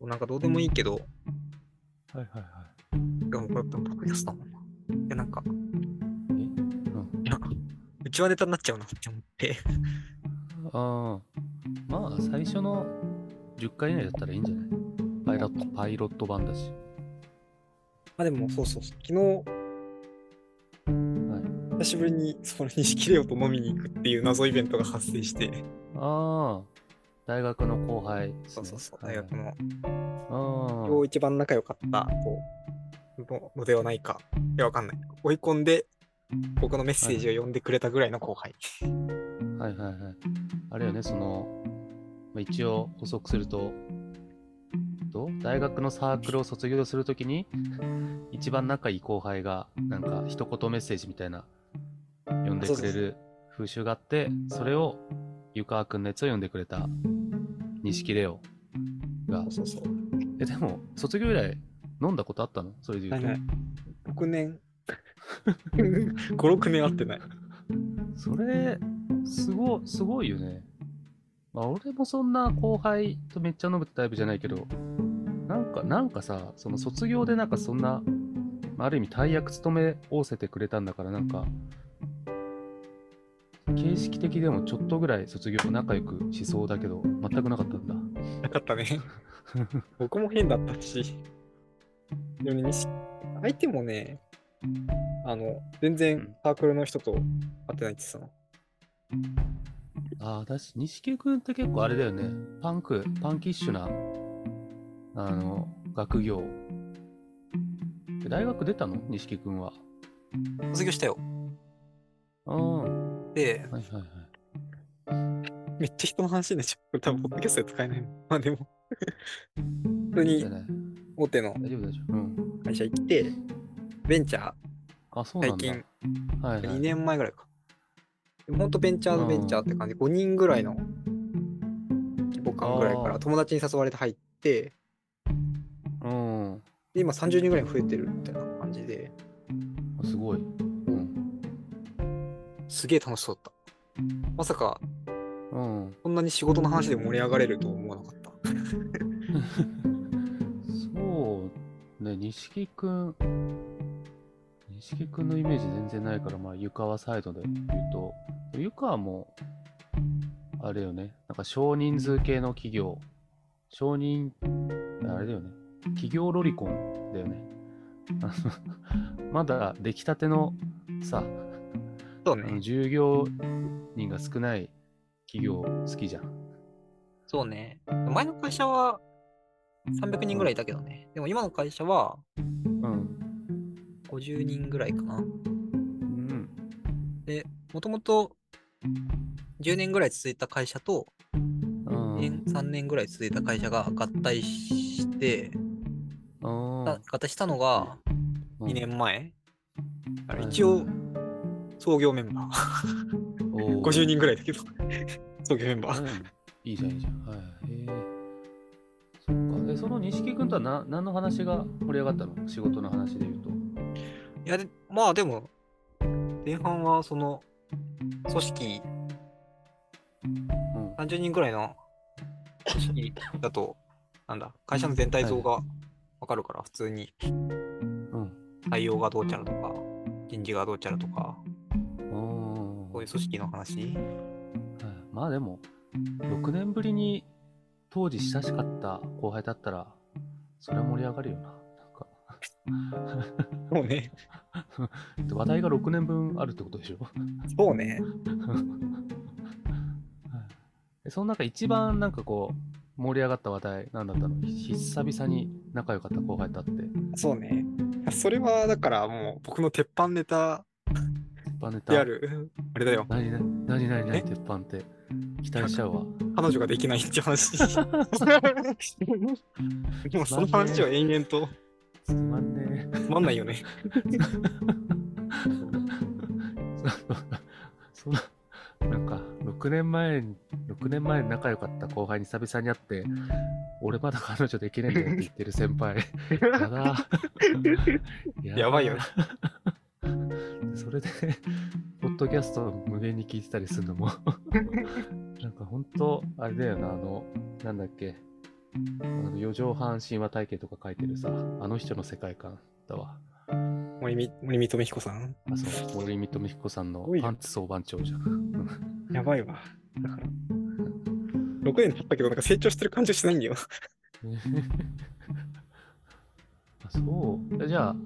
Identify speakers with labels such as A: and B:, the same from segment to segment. A: なんかどうでもいいけど、
B: はいはいはい。
A: でもこれでもポッドキャストだもんな。いや、なんか、
B: えうん。
A: いや、うちはネタになっちゃうなって思って。
B: ああ。まあ、最初の10回以内だったらいいんじゃないパイロット、パイロット版だし。
A: まあでも、そうそうそう。昨日、
B: はい。
A: 久しぶりにその錦レオと飲みに行くっていう謎イベントが発生して、
B: ああ。大学の後輩、
A: そうそうそう、
B: は
A: 大
B: いはい
A: 学の、
B: あ
A: 今日一番仲良かった子ののではないか。いや、わかんない。追い込んで、僕のメッセージを読んでくれたぐらいの後輩。
B: あ。はいはいはい。あれよね、その、まあ、一応補足すると、と大学のサークルを卒業するときに、一番仲いい後輩が、なんか一言メッセージみたいな、読んでく
A: そう
B: れ
A: そう
B: る風習があって、それを、湯川くんのやつを読んでくれた、錦レオが
A: そう、そうそう。
B: え、でも、卒業以来、飲んだことあったのそれで言
A: は
B: う
A: いは
B: と。
A: い。6年。5、6年会 ってない。
B: それ、すご、すごいよね。まあ、俺もそんな後輩とめっちゃ飲むってタイプじゃないけど、なんか、なんかさ、その卒業でなんかそんな、まあある意味大役務め合わせてくれたんだから、なんか、形式的でもちょっとぐらい卒業仲良くしそうだけど、全くなかったんだ。
A: なかった ね。僕も変だったし。でもね、西相手もね、あの、全
B: うん
A: 然サークルの人と会ってないって言ってたの。
B: ああ、だし、錦くんって結構あれだよね。パンク、パンキッシュな、あの、学業。で大学出たの錦くんは。
A: 卒業したよ。
B: うん。はい
A: で、
B: はいはい。
A: めっちゃ人の話になっちゃう。これ多分、ポッドキャストで使えない。まあ でも、普通
B: じ
A: に
B: ゃあね
A: 大手の
B: 大丈夫大丈夫。うん。
A: 会社行って、ベンチャー、
B: あ、そうな
A: 最
B: んだ。
A: 近、
B: はい、はい。
A: 2年前ぐらいか。ほんとベンチャーのベンチャーって感じ、5人ぐらいの規模感ぐらいか
B: あ
A: ら、
B: ー
A: 友達に誘われて入って、
B: うん。あ
A: で今30人ぐらいに増えてるみたいな感じで、
B: すごい。うん。
A: すげえ楽しそうだった。まさか、
B: うん。
A: こんなに仕事の話で盛り上がれると思わなかった。
B: そうね、錦くん。錦くんのイメージ全然ないから、まあ、湯川サイドで言うと、湯川も、あれよね、なんか少人数系の企業、少人、あれだよね、企業ロリコンだよね。あのまだ出来たてのさ、
A: そう
B: あの。従業人が少ない企業好きじゃん。
A: そうね。前の会社は300人ぐらいいたけどね。でも今の会社は
B: うん。
A: 50人ぐらいかな。
B: うん。
A: もともと10年ぐらい続いた会社と、
B: うん。
A: 年3年ぐらい続いた会社が合体して、
B: うん
A: 合体したのが2年前。あれ一応創業メンバー。
B: おー
A: 50人ぐらいだけど。 創業メンバー。
B: いいじゃん、いいじゃん。はい。えそっか。え、その錦君とはな何の話が盛り上がったの仕事の話で言うと。
A: いやで、まあでも、前半はその、組織
B: うん。
A: 30人ぐらいの組織だと、なんだ、会社の全体像がわかるから、普通に
B: うん。
A: 採用がどうちゃらとか、人事がどうちゃらとか、
B: お
A: そう
B: ー
A: いう組織の話。
B: はいまあでも、6年ぶりに当時親しかった後輩だったら、それは盛り上がるよな。なんか
A: そうね。
B: 話題が6年分あるってことでしょ
A: そうね。
B: はいえその中一番なんかこう盛り上がった話題なんだったのひ久々に仲良かった後輩だって
A: そうね。それは、だからもう、僕の鉄板ネタ
B: 鉄板ネタ
A: である、あれだよ。
B: 何何何何
A: え
B: 何鉄板って期待しちゃうわ
A: 彼女ができないって 話。でも、その話は延々と、
B: つまんねえ
A: つまんないよね。
B: そんななんか6年前に6年前に仲良かった後輩に久々に会って俺まだ彼女できねえんだよって言ってる先輩や だだ
A: やばいよね
B: それで ポッドキャストを無限に聞いて たりするのもなんか本当あれだよなあのなんだっけあの四畳半神話体系とか書いてるさ、あの人の世界観だわ。
A: 森み森光彦さん
B: あ、そう、森光美彦さんの
A: すごいよ
B: パンツ総番長じゃん。
A: やばいわ。だから。6年経ったけど、なんか成長してる感じはしないんだよ。
B: あそうえじゃあ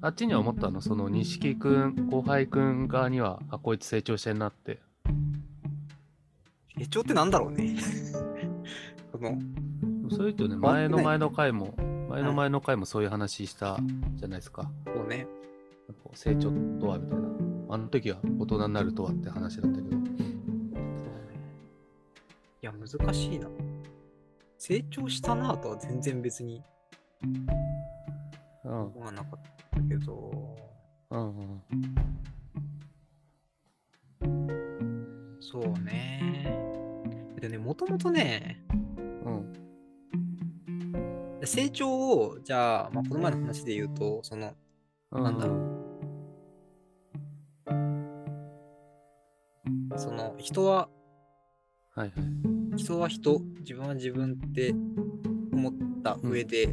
B: ああっちには思ったのその錦くん後輩くん側にはあこいつ成長してんなって
A: 成長ってなんだろう ね。その、
B: そういうとね
A: 変わって
B: 前の
A: ない
B: 前の回も前の前の回もそういう話したじゃないですか、
A: そうね。
B: なんかこう成長とはみたいなあの時は大人になるとはって話だったけど
A: いや、難しいな。成長したなぁとは全然別に
B: うん
A: 思わなかったけど、
B: うんうん
A: そうね。でね、もともとね、
B: うん
A: 成長を、じゃあ、まあ、この前の話で言うと、その、
B: うん
A: なんだろその、人は
B: はいはい
A: 人は人自分は自分って思った上で、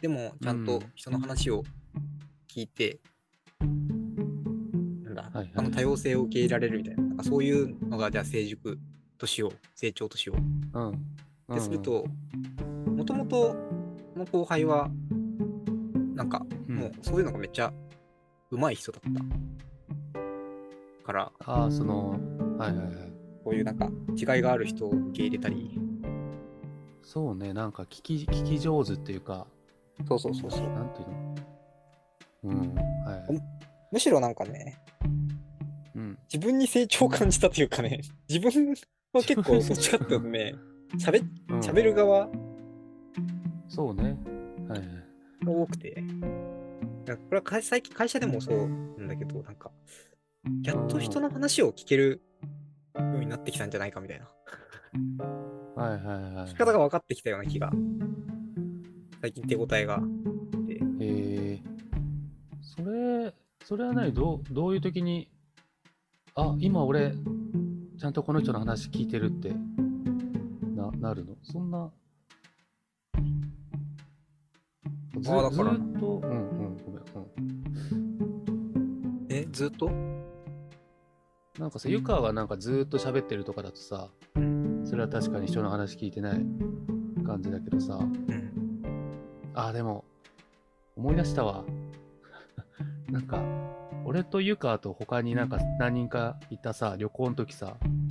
A: でもちゃんと人の話を聞いて、なんだ、
B: はいはい
A: あの多様性を受け入れられるみたいななんかそういうのがじゃあ成熟としよう成長としよう
B: うんうんう
A: で
B: ん
A: するともともとの後輩はなんか
B: うん
A: もうそういうのがめっちゃ上手い人だったから
B: ああそのはいはいはい
A: こういうなんか違いがある人を受け入れたり
B: そうねなんか聞き聞き上手っていうか
A: そうそうそうそう
B: なんていうのうん、は
A: う
B: い
A: ん。むしろなんかね
B: うん。
A: 自分に成長を感じたというかね、自分は結構どっちかっていうとね、喋
B: うん
A: 喋る側が
B: そうね。はいはい。
A: 多くて、だからこれは会最近会社でもそうなんだけど、なんか、やっと人の話を聞けるようになってきたんじゃないかみたいな、
B: はいはいはい。
A: 聞き方が分かってきたような気が、最近手応えがあって。
B: えー、それ、それは何どうどういう時に、あ、今俺、ちゃんとこの人の話聞いてるって、な、なるのそんな。ず
A: まあだから
B: ずーっと、うんうん、ごめん。うん
A: え、ずっと
B: なんかさ、湯川がなんかずーっと喋ってるとかだとさ、それは確かに人の話聞いてない感じだけどさ、
A: うん。
B: あーでも、思い出したわ。 なんか、俺と湯川と他になんか何人かいたさ、旅行の時さ、
A: うん。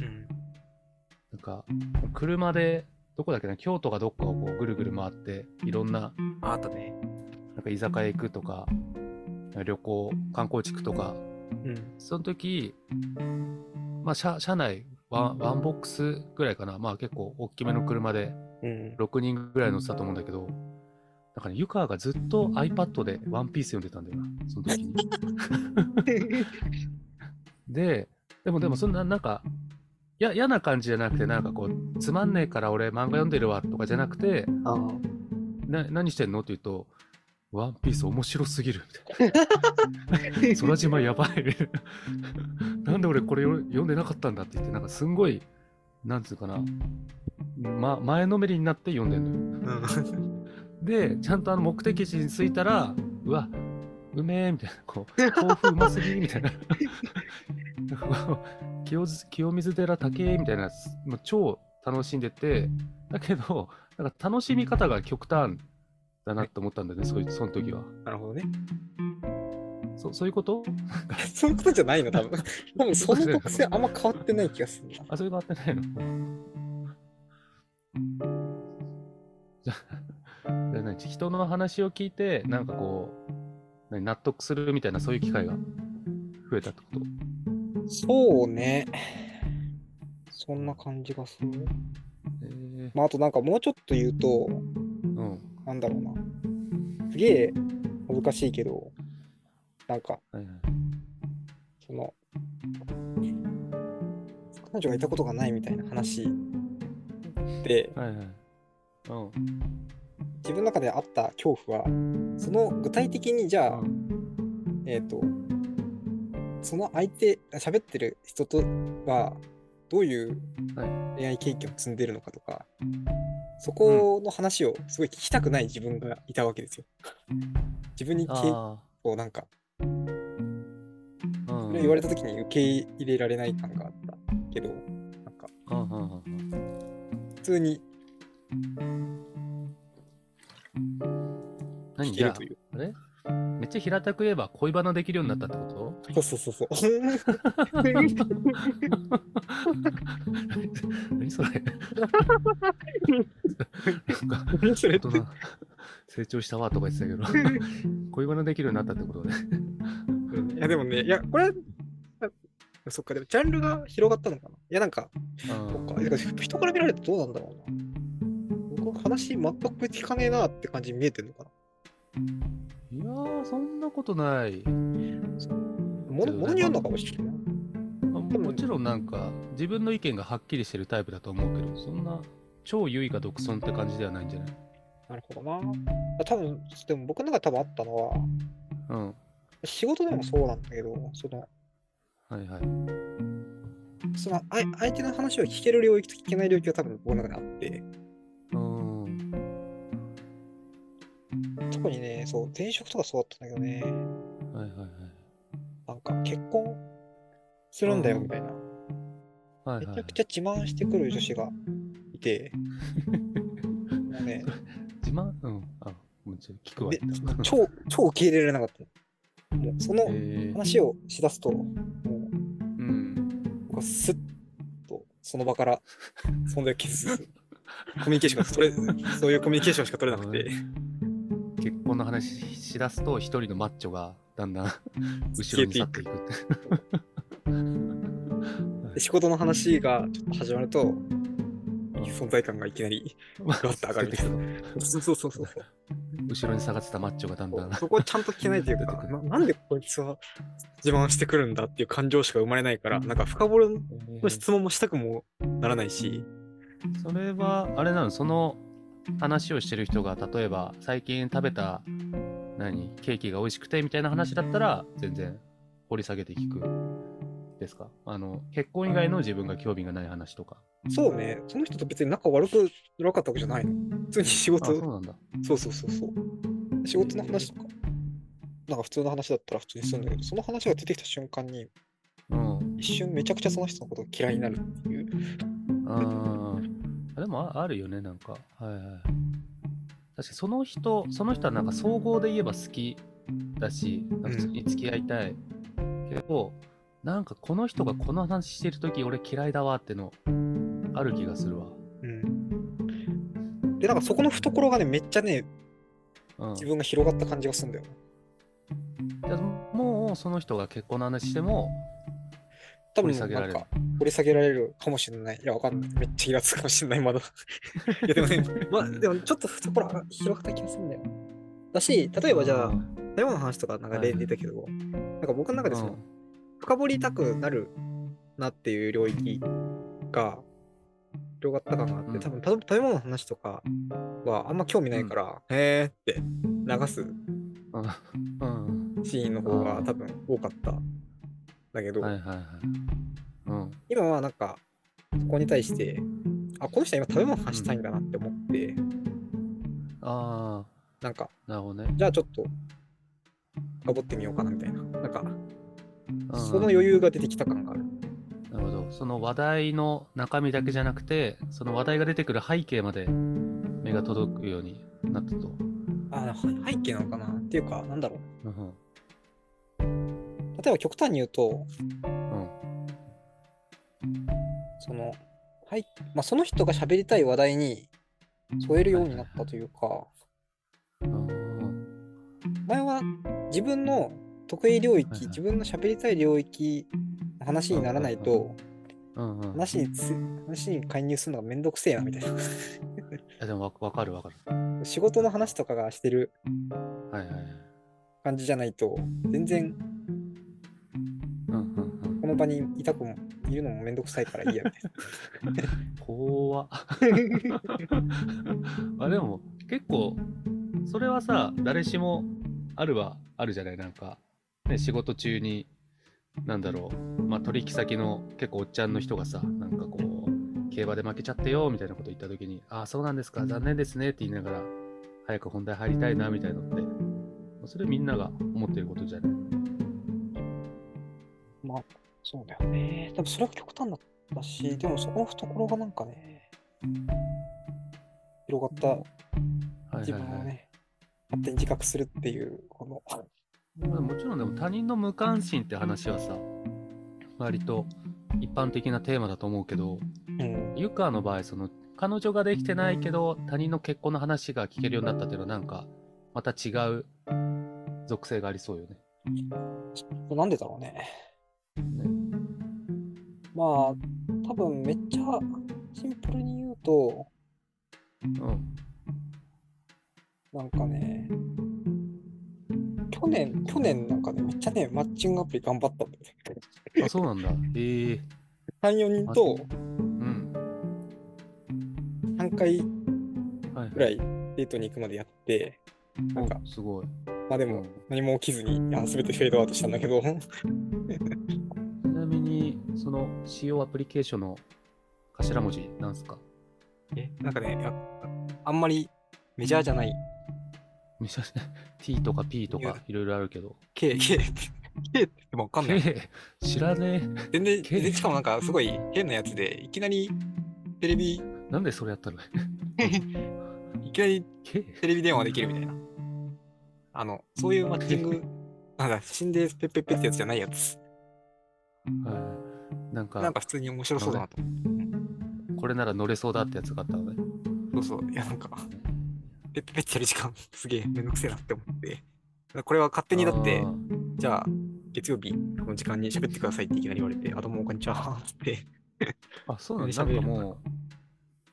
B: なんか、車で、どこだっけな、京都かどっかをこうぐるぐる回って、いろんな、
A: ああったね。
B: なんか居酒屋行くとか、旅行、観光地行くとか、
A: うん。
B: その時、まあ、車車内ワン、ワンボックスぐらいかな、まあ結構大きめの車で、
A: うん。
B: 6人ぐらい乗ってたと思うんだけど、なんかね、湯川がずっと iPad でワンピース読んでたんだよな、その時に。で、でもでもそんな、なんか、いや嫌な感じじゃなくて、なんかこう、つまんねえから俺漫画読んでるわとかじゃなくて、
A: あ あ。
B: な何してんのって言うと、ワンピース面白すぎるみたい な。空島やばい。 なんで俺これよ読んでなかったんだって言って、なんかすんごい、なんつうかな、ま、前のめりになって読んでんのよ。
A: うん
B: でちゃんとあの目的地に着いたらうわうめえみたいなこう豆腐うますぎみたいなこう清ず清水寺竹えみたいなやつもう超楽しんでてだけどなんか楽しみ方が極端だなと思ったんだよねそういうその時は
A: なるほどね。
B: そそういうこと
A: そういうことじゃないの、多分。多分その特性あんま変わってない気がするな。
B: あそれが合ってないのじゃあで何人の話を聞いてなんかこう何納得するみたいなそういう機会が増えたってこと
A: そうね。そんな感じがする。
B: えー
A: まあ、あとなんかもうちょっと言うと、
B: うん。
A: なんだろうな。すげえ恥ずかしいけど、なんか、
B: はいはい。
A: その、彼女がいたことがないみたいな話で、
B: はいはい。うん。
A: 自分の中であった恐怖は、その具体的にじゃあ、えっ、と、その相手、喋ってる人とは、どういう
B: はい
A: 恋愛経験を積んでるのかとか、そこの話をすごい聞きたくない自分がいたわけですよ。自分にけ
B: あ
A: こうなんか、
B: あ、うん
A: それを言われた時に受け入れられない感があったけど、なんか、
B: うんうんうんうん
A: 普通に
B: 何
A: 聞
B: じ
A: け
B: ゃ
A: る
B: あ
A: という。
B: あれめっちゃ平たく言えば恋バナできるようになったってこと
A: そうそうそうそう。
B: 何それなんか
A: それ
B: 大
A: って
B: 人成長したわとか言ってた けど恋バナできるようになったってことね
A: いやでもね、いや、これ、あそっか、でもジャンルが広がったのかな。いや、なんか、そっか、てか人から見られてどうなんだろうな。僕は話全く聞かねえなって感じに見えてるのか
B: いやーそんなことない
A: な。もの
B: そうだね
A: ものによるのかもしれない。
B: あもちろんなんか自分の意見がはっきりしてるタイプだと思うけどそんな超優位か独尊って感じではないんじゃない
A: なるほどな。多分、でも僕の中で多分あったのは、
B: うん
A: 仕事でもそうなんだけど、その、
B: はいはい
A: そのあい相手の話を聞ける領域と聞けない領域が多分僕の中であって、
B: うん
A: 特にね、そう、前職とかそうだったんだけどね、
B: はいはいはい
A: なんか結婚するんだよみたいな。
B: は
A: め
B: いはい
A: ち
B: は
A: ゃ
B: い
A: くちゃ自慢してくる女子がい て、もうね、
B: 自慢うんあもうちょっと聞くわ
A: で 超、超受け入れられなかった。もうその
B: えー
A: 話をしだすと、もう
B: うん、
A: 僕はスッとその場から存在を消す。コミュニケーションが取れ、そういうコミュニケーションしか取れなくて、
B: 結婚の話しだすと一人のマッチョがだんだん 後ろに去っていくって
A: で仕事の話がちょっと始まると、存在感がいきなり、
B: まあ
A: ガッと上がるみたいなそうそうそうそう。
B: 後ろに下がってたマッチョがだんだん
A: そこをちゃんと聞けないというか、ななんでこいつは自慢してくるんだっていう感情しか生まれないから、なんか深掘る
B: え
A: の
B: ー
A: 質問もしたくもならないし、
B: それはあれなのその話をしてる人が例えば最近食べた何ケーキが美味しくてみたいな話だったら全然掘り下げて聞くですかあの結婚以外の自分が興味がない話とか
A: そうね、その人と別に仲悪くなかったわけじゃないの。普通に仕
B: あ
A: 事、
B: そう
A: そう
B: なんだ
A: そうそうそう仕事の話とか、なんか普通の話だったら普通にするんだけど、その話が出てきた瞬間に、
B: うん
A: 一瞬めちゃくちゃその人のことを嫌いになるっていう。
B: あーあでもああるよねなんかはいはい確かその人その人はなんか総合で言えば好きだしなんか普通に付き合いたい、けどなんかこの人がこの話してる時俺嫌いだわってのある気がするわ、
A: うん。で、なんかそこの懐がね、めっちゃね、
B: うん、
A: 自分が広がった感じがするんだよな。
B: でもうその人が結婚の話しても
A: 多分
B: 掘り下げ
A: な
B: ら
A: ん
B: れる
A: か掘り下げられるかもしれない。いや、わかんない。めっちゃイラつくかもしれない、まだ。 いや、でもね、まあ、でもちょっと懐が広がった気がするんだよ。だし、例えばじゃあ
B: う、
A: 台湾の話とかなんか例に出たけど、なんか僕の中でその、
B: ん
A: 深掘りたくなるなっていう領域が広がった感があって、
B: うん
A: 多分た食べ物の話とかはあんま興味ないから、へーって流す
B: うん、うん
A: シーンの方
B: あ
A: が
B: ー
A: 多分多かったんだけど、
B: はいはいはいうん
A: 今はなんか、そこに対して、あ、この人は今食べ物話したいんだなって思って、
B: あ
A: なんか、
B: あなるほどね
A: じゃあちょっと、深掘ってみようかなみたいな。なんか、
B: うん
A: その余裕が出てきた感がある。
B: なるほど。その話題の中身だけじゃなくて、その話題が出てくる背景まで目が届くようになったと。
A: あ、背景なのかなっていうか、なんだろう。
B: うん
A: 例えば極端に言うと、
B: うん。
A: その、はい、まあ、その人が喋りたい話題に添えるようになったというか、
B: うん。
A: 前は自分の得意領
B: はいは
A: 域、
B: い
A: 自分の喋りたい領域の話にならないと、
B: うんうん。い
A: 話につ、話に介入するのがめんどくせえな、 みたい
B: やでもわわかるわかる。
A: な。仕事の話とかがしてる
B: はいはいはい。
A: 感じじゃないと、全然
B: うんうん
A: この場にいたくも、いるのもめんどくさいからいいや、みたいな。
B: うん。怖っあでも結構、それはさ、誰しもあるはあるじゃないなんか、ね、仕事中に、なんだろう、まあ取引先の結構おっちゃんの人がさ、なんかこう、競馬で負けちゃってよみたいなこと言った時に、ああ、そうなんですか、残念ですねって言いながら、早く本題入りたいなみたいなのって、それみんなが思ってることじゃない。
A: まあ、そうだよね。多分それは極端だったし、でもそこの懐がなんかね、広がった
B: はい
A: 自
B: は
A: 分
B: いはい
A: をね、勝手に自覚するっていう、この、
B: まあ、もちろんでも他人の無関心って話はさ割と一般的なテーマだと思うけど
A: うん、
B: ゆかの場合その彼女ができてないけど他人の結婚の話が聞けるようになったっていうのはなんかまた違う属性がありそうよね。
A: なんでだろうね。まあ、多分めっちゃシンプルに言うと、
B: うん、
A: なんかね、去年、去年なんかね、めっちゃね、マッチングアプリ頑張ったんだよね。
B: あそうなんだ。ええ
A: 3、4人と
B: うん。
A: 3回
B: はいはい、
A: ぐらいデートに行くまでやって、なんか
B: おすごい。
A: まあでも何も起きずに、あの全てフェードアウトしたんだけど、
B: ちなみにその使用アプリケーションの頭文字なんすか
A: なんかね、ああんまりメジャーじゃない、
B: めちゃ T とか P とかいろいろあるけど。
A: K、K って、K ってわかんない。
B: 知らねえ。
A: 全然、
B: K
A: 全然しかもなんかすごい変なやつで、いきなりテレビ、
B: なんでそれやったの
A: いきなり
B: K?
A: テレビ電話できるみたいな。あの、そういうマッチング、なんだ、死んでペッペッペってやつじゃないやつ。
B: はい。なんか、
A: なんか普通に面白そうだなと。
B: これなら乗れそうだってやつがあったのね。
A: そうそう。いや、なんか、ペッペッペってやる時間、すげえめんどくせえなって思って。これは勝手にだって
B: あ、ー
A: じゃあ、月曜日、この時間に喋ってくださいっていきなり言われて、あ、どうも、こんにちは、つって。
B: あ、そうなんだ。
A: 喋れ
B: なん
A: る
B: かもう、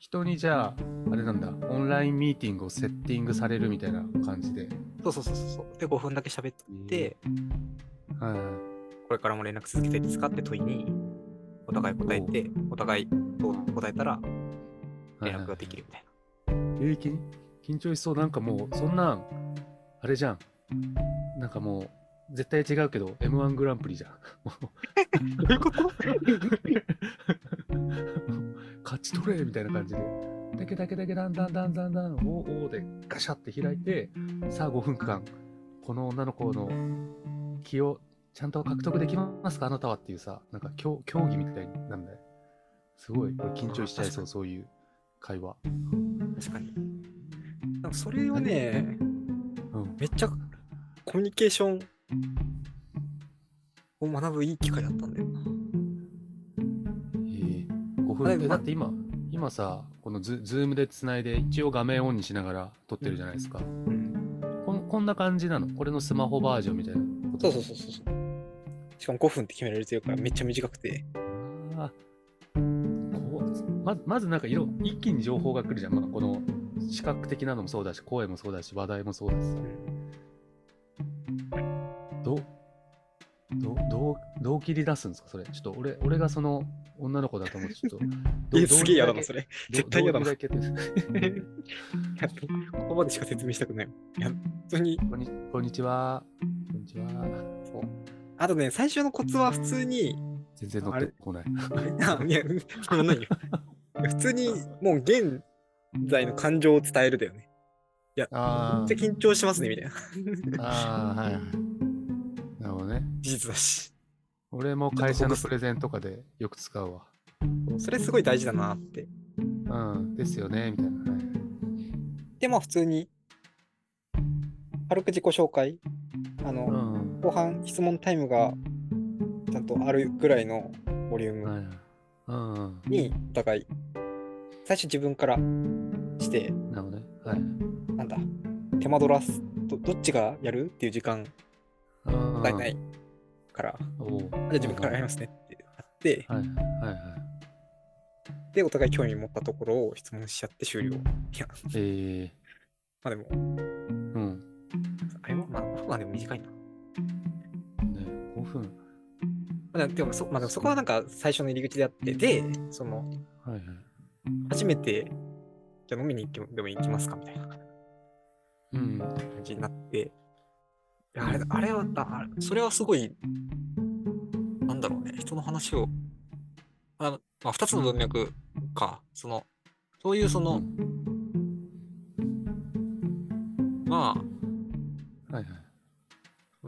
B: 人にじゃあ、あれなんだ、オンラインミーティングをセッティングされるみたいな感じで。
A: そうそうそうそう。で、5分だけ喋って、
B: はいはい。
A: これからも連絡続けていいですかって問いに、お互い答えて、お互いどう答えたら
B: はい
A: 連
B: はい
A: 絡ができるみたい
B: えー緊緊張しそう。なんかもう、そんなん、あれじゃん。なんかもう、絶対違うけど、M1 グランプリじゃん。もう
A: な。どういうこと
B: 勝ち取れみたいな感じで。だけだけだけだんだんだんだんだん、おーおーでガシャって開いて、さあ5分間、この女の子の気をちゃんと獲得できますかあなたはっていうさ、なんか競競技みたいなんだよ。すごい、俺緊張しちゃいそう、そういう会話。
A: 確かに。なんかそれはね、
B: うん。
A: めっちゃコミュニケーションを学ぶいい機会だったんだよな。
B: ええ5
A: あれ
B: 分え
A: ま
B: だって今、今さ、このズズームでつないで、一応画面オンにしながら撮ってるじゃないですか。
A: うん、
B: こんこんな感じなのこれのスマホバージョンみたいなこと。
A: そうそうそうそうそう。しかも5分って決められてるからめっちゃ短くて。
B: あーこうまずまずなんか色一気に情報が来るじゃん、まあ、この視覚的なのもそうだし声もそうだし話題もそうだしさどどどうどう切り出すんですかそれちょっと俺俺がその女の子だと思ってちょっとど
A: え、すげえ嫌だな、
B: どうに
A: そ
B: か
A: れ。
B: ど
A: 絶対嫌だな
B: どうにかやって
A: 言葉でしか説明したくない。いや、普通に。
B: こんにこんにちはこんにちは
A: そうあとね、最初のコツは普通に、
B: 全然乗ってこない
A: あいや、そんな ないよ。普通に、もう現在の感情を伝えるだよね。
B: あ
A: めっ
B: ー
A: ちゃ緊張しますね、みたいな。
B: あーはいはいなるほどね
A: 事実だし。
B: 俺も会社のプレゼンとかでよく使うわ
A: それすごい大事だなって。
B: うんですよねみたいな、はい
A: で、まあ普通に、軽く自己紹介。あの、
B: うん
A: 後半質問タイムがちゃんとあるぐらいのボリュー
B: は
A: ム
B: いうん、
A: にお互い、最初自分からして、
B: なるほどね。はい。
A: なんだ、手間取らすと、どっちがやるっていう時間
B: うん
A: がないから、
B: お
A: じゃ
B: じ
A: あ自分からやりますねってやって、
B: はいはいはい。
A: で、お互い興味持ったところを質問しちゃって終了。いや、
B: え
A: まあでも、
B: ー、うん。
A: あれは、まあ、まあでも短いな。
B: ね、5分。
A: まあでもそ、まあ、でもそこはなんか最初の入り口であって、で、その、
B: はいはい。
A: 初めて、じゃあ飲みに行ってもでも行きますかみたいな。
B: うん。
A: 感じになって、いやあれあれはあれそれはすごい、なんだろうね、人の話を、あのまあ、2つの文脈か、その、そういうその、
B: うん
A: まあ、
B: はいはい。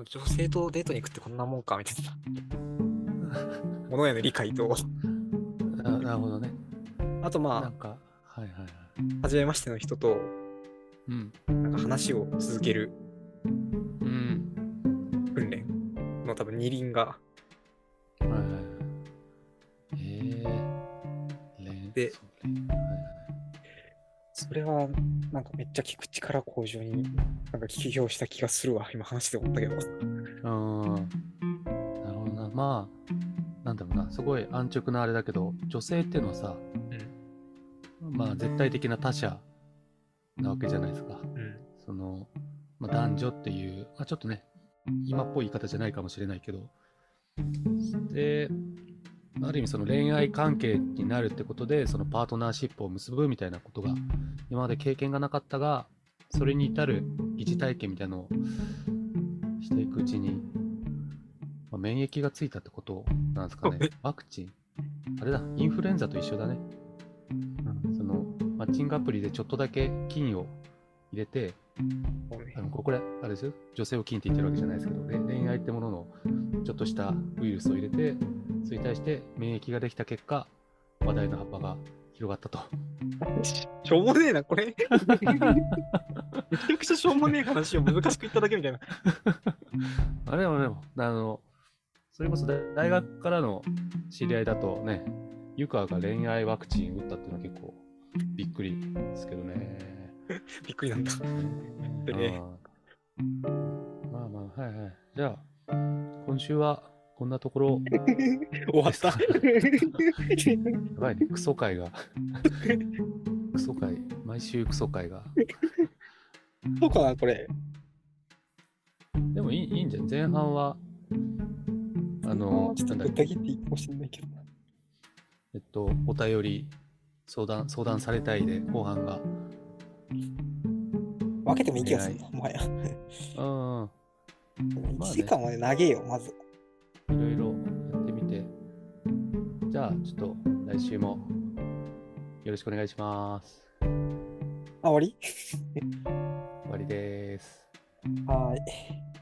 A: 女性とデートに行くってこんなもんかみたい な。ものへの理解と、
B: あなるほどね。
A: あと
B: な
A: ま
B: んか、はいはいは
A: あ、
B: い。
A: 初めましての人と、
B: うん。
A: なんか話を続ける
B: うん。
A: 訓練の多分二輪が、
B: はいはいはい。ええー。
A: で
B: そうねはいはい
A: それはなんかめっちゃ聞く力向上に、なんか起業した気がするわ、今話して思ったけど。
B: うん。なるほどな。まあ、なんだろうな。すごい安直なあれだけど、女性っていうのはさ、まあ、絶対的な他者なわけじゃないですか。
A: うん。
B: その、まあ、男女っていう、まあ、ちょっとね、今っぽい言い方じゃないかもしれないけど、で、まあある意味その恋愛関係になるってことで、そのパートナーシップを結ぶみたいなことが、今まで経験がなかったが、それに至る疑似体験みたいなのをしていくうちに、まあ、免疫がついたってことなんですかね
A: そう。
B: ワクチン。あれだ、インフルエンザと一緒だね。その、マッチングアプリでちょっとだけ菌を入れて、
A: そうね
B: あのここれ、あれですよ、女性を金って言ってるわけじゃないですけど、で恋愛ってもののちょっとしたウイルスを入れて、それに対して免疫ができた結果、話題の葉っぱが広がったと。
A: しょうもねえな、これ。めちゃくちゃしょうもねえ話を難しく言っただけみたいな。
B: あれはでも、あの、それこそ大大学からの知り合いだとね、湯川が恋愛ワクチン打ったっていうのは結構びっくりですけどね。
A: びっくりなんだ。当にね
B: うんまあまあ、はいはい。じゃあ、今週はこんなところ、
A: 終わった。
B: やばいね、クソ会が。クソ会、毎週クソ会が。
A: そうかな、これ。
B: でもいいいいんじゃん、前半は。あの、
A: ちょ
B: な
A: っとぶ
B: んだっ
A: った
B: け、
A: 切っていいかもしれないけど。
B: えっと、お便り、相談、相談されたいで、後半が。
A: 分けてもいい気がするな、お前は。
B: うんうん、まあ
A: 1
B: ね
A: 時間まで長えよ、まず。
B: いろいろやってみて。じゃあ、ちょっと来週もよろしくお願いします。
A: あ、終わり
B: 終わりです。
A: はーい。